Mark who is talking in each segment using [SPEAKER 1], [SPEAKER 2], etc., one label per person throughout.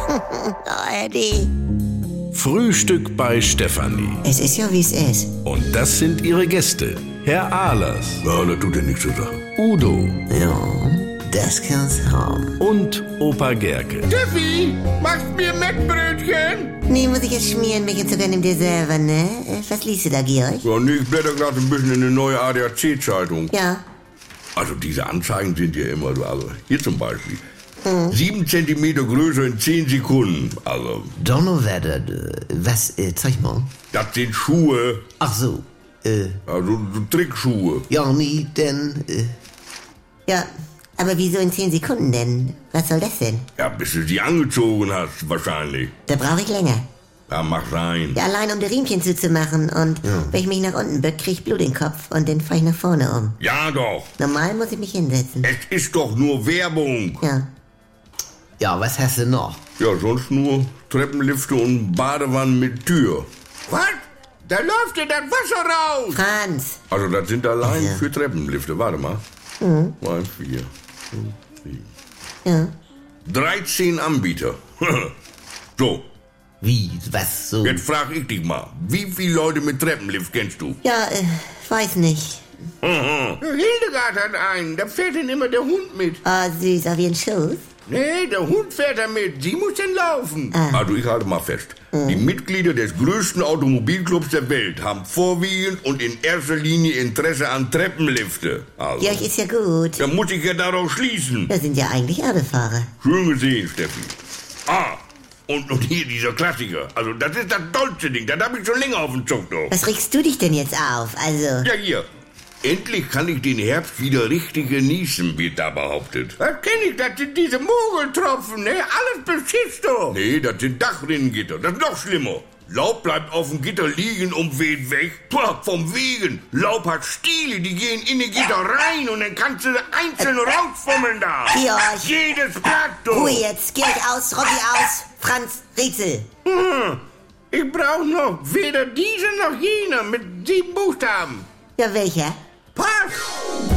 [SPEAKER 1] Oh, Eddie.
[SPEAKER 2] Frühstück bei Stefanie.
[SPEAKER 1] Es ist ja, wie es ist.
[SPEAKER 2] Und das sind ihre Gäste. Herr Ahlers,
[SPEAKER 3] Ja, das tut dir nichts zu sagen.
[SPEAKER 2] Udo
[SPEAKER 1] Ja, das kann's haben.
[SPEAKER 2] und Opa Gerke.
[SPEAKER 4] Steffi, machst mir Mettbrötchen?
[SPEAKER 1] Nee, muss ich jetzt schmieren, welchen Zucker nimmt ihr selber, ne? Äh, Was liest du da, Georg?
[SPEAKER 3] Ja, nee, ich blätter gerade ein bisschen in eine neue ADAC-Zeitung.
[SPEAKER 1] Ja.
[SPEAKER 3] Also diese Anzeigen sind ja immer so. Also hier zum Beispiel.
[SPEAKER 4] Hm.
[SPEAKER 3] Sieben Zentimeter größer in zehn Sekunden. Also,
[SPEAKER 5] Donnerwetter, äh, was, äh, zeig mal.
[SPEAKER 3] das sind Schuhe.
[SPEAKER 5] Ach so, äh,
[SPEAKER 3] Also so Trickschuhe.
[SPEAKER 5] ja, nee, denn, äh,
[SPEAKER 1] Ja, aber wieso in 10 Sekunden denn? Was soll das denn?
[SPEAKER 3] Ja, bis du sie angezogen hast, wahrscheinlich.
[SPEAKER 1] Da brauche ich länger.
[SPEAKER 3] Ja, mach rein.
[SPEAKER 1] Ja, allein um die Riemchen zuzumachen. Und wenn ich mich nach unten bück, krieg ich Blut in den Kopf und den fahr ich nach vorne um.
[SPEAKER 3] Ja, doch.
[SPEAKER 1] Normal muss ich mich hinsetzen.
[SPEAKER 3] Es ist doch nur Werbung.
[SPEAKER 1] Ja.
[SPEAKER 5] ja, was hast du noch?
[SPEAKER 3] Ja, sonst nur Treppenlifte und Badewannen mit Tür.
[SPEAKER 4] Was? Da läuft dir das Wasser raus.
[SPEAKER 1] Franz!
[SPEAKER 3] Also das sind allein
[SPEAKER 1] Ja.
[SPEAKER 3] für Treppenlifte. Warte mal. Mal vier. fünf, sieben.
[SPEAKER 1] Ja.
[SPEAKER 3] 13 Anbieter. so,
[SPEAKER 5] Wie, was, so?
[SPEAKER 3] jetzt frag ich dich mal. Wie viele Leute mit Treppenlift kennst du?
[SPEAKER 1] Ja, äh, weiß nicht.
[SPEAKER 4] Hildegard hat einen, da fährt dann immer der Hund mit.
[SPEAKER 1] Oh, süß, auf ihren Schoß.
[SPEAKER 4] Nee, der Hund fährt da mit, sie muss dann laufen.
[SPEAKER 3] Also ich halte mal fest. Die Mitglieder des größten Automobilclubs der Welt haben vorwiegend und in erster Linie Interesse an Treppenlifte. Also,
[SPEAKER 1] Jörg ist ja gut.
[SPEAKER 3] da muss ich ja darauf schließen.
[SPEAKER 1] Wir sind ja eigentlich Autofahrer.
[SPEAKER 3] Schön gesehen, Steffi. Ah, und, und hier dieser Klassiker. Also das ist das tollste Ding. Das habe ich schon länger auf dem Zuckdorf.
[SPEAKER 1] Was regst du dich denn jetzt auf? Also,
[SPEAKER 3] Ja, hier. Endlich kann ich den Herbst wieder richtig genießen, wird da behauptet.
[SPEAKER 4] Was kenn ich, das sind diese Mogeltropfen, ne? Alles beschisst du.
[SPEAKER 3] Nee, das sind Dachrinnengitter. Das ist noch schlimmer. Laub bleibt auf dem Gitter liegen und weht weg. Puh, vom Wegen. Laub hat Stiele, die gehen in die Gitter rein und dann kannst du sie einzeln rausfummeln da.
[SPEAKER 1] Georg.
[SPEAKER 3] Jedes Blatt, du.
[SPEAKER 1] Ruhe jetzt. Geh euch aus, Rocky aus. Franz, Rätsel.
[SPEAKER 4] Ich brauch noch weder diese noch jene mit sieben Buchstaben.
[SPEAKER 1] Ja, welcher?
[SPEAKER 4] Pass!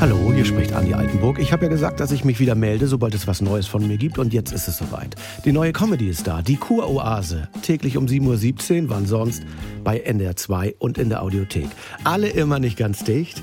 [SPEAKER 6] Hallo, hier spricht Andi Altenburg. Ich habe ja gesagt, dass ich mich wieder melde, sobald es was Neues von mir gibt. Und jetzt ist es soweit. Die neue Comedy ist da, die Kuroase. Täglich um 7.17 Uhr, wann sonst? Bei NDR 2 und in der Audiothek. Alle immer nicht ganz dicht.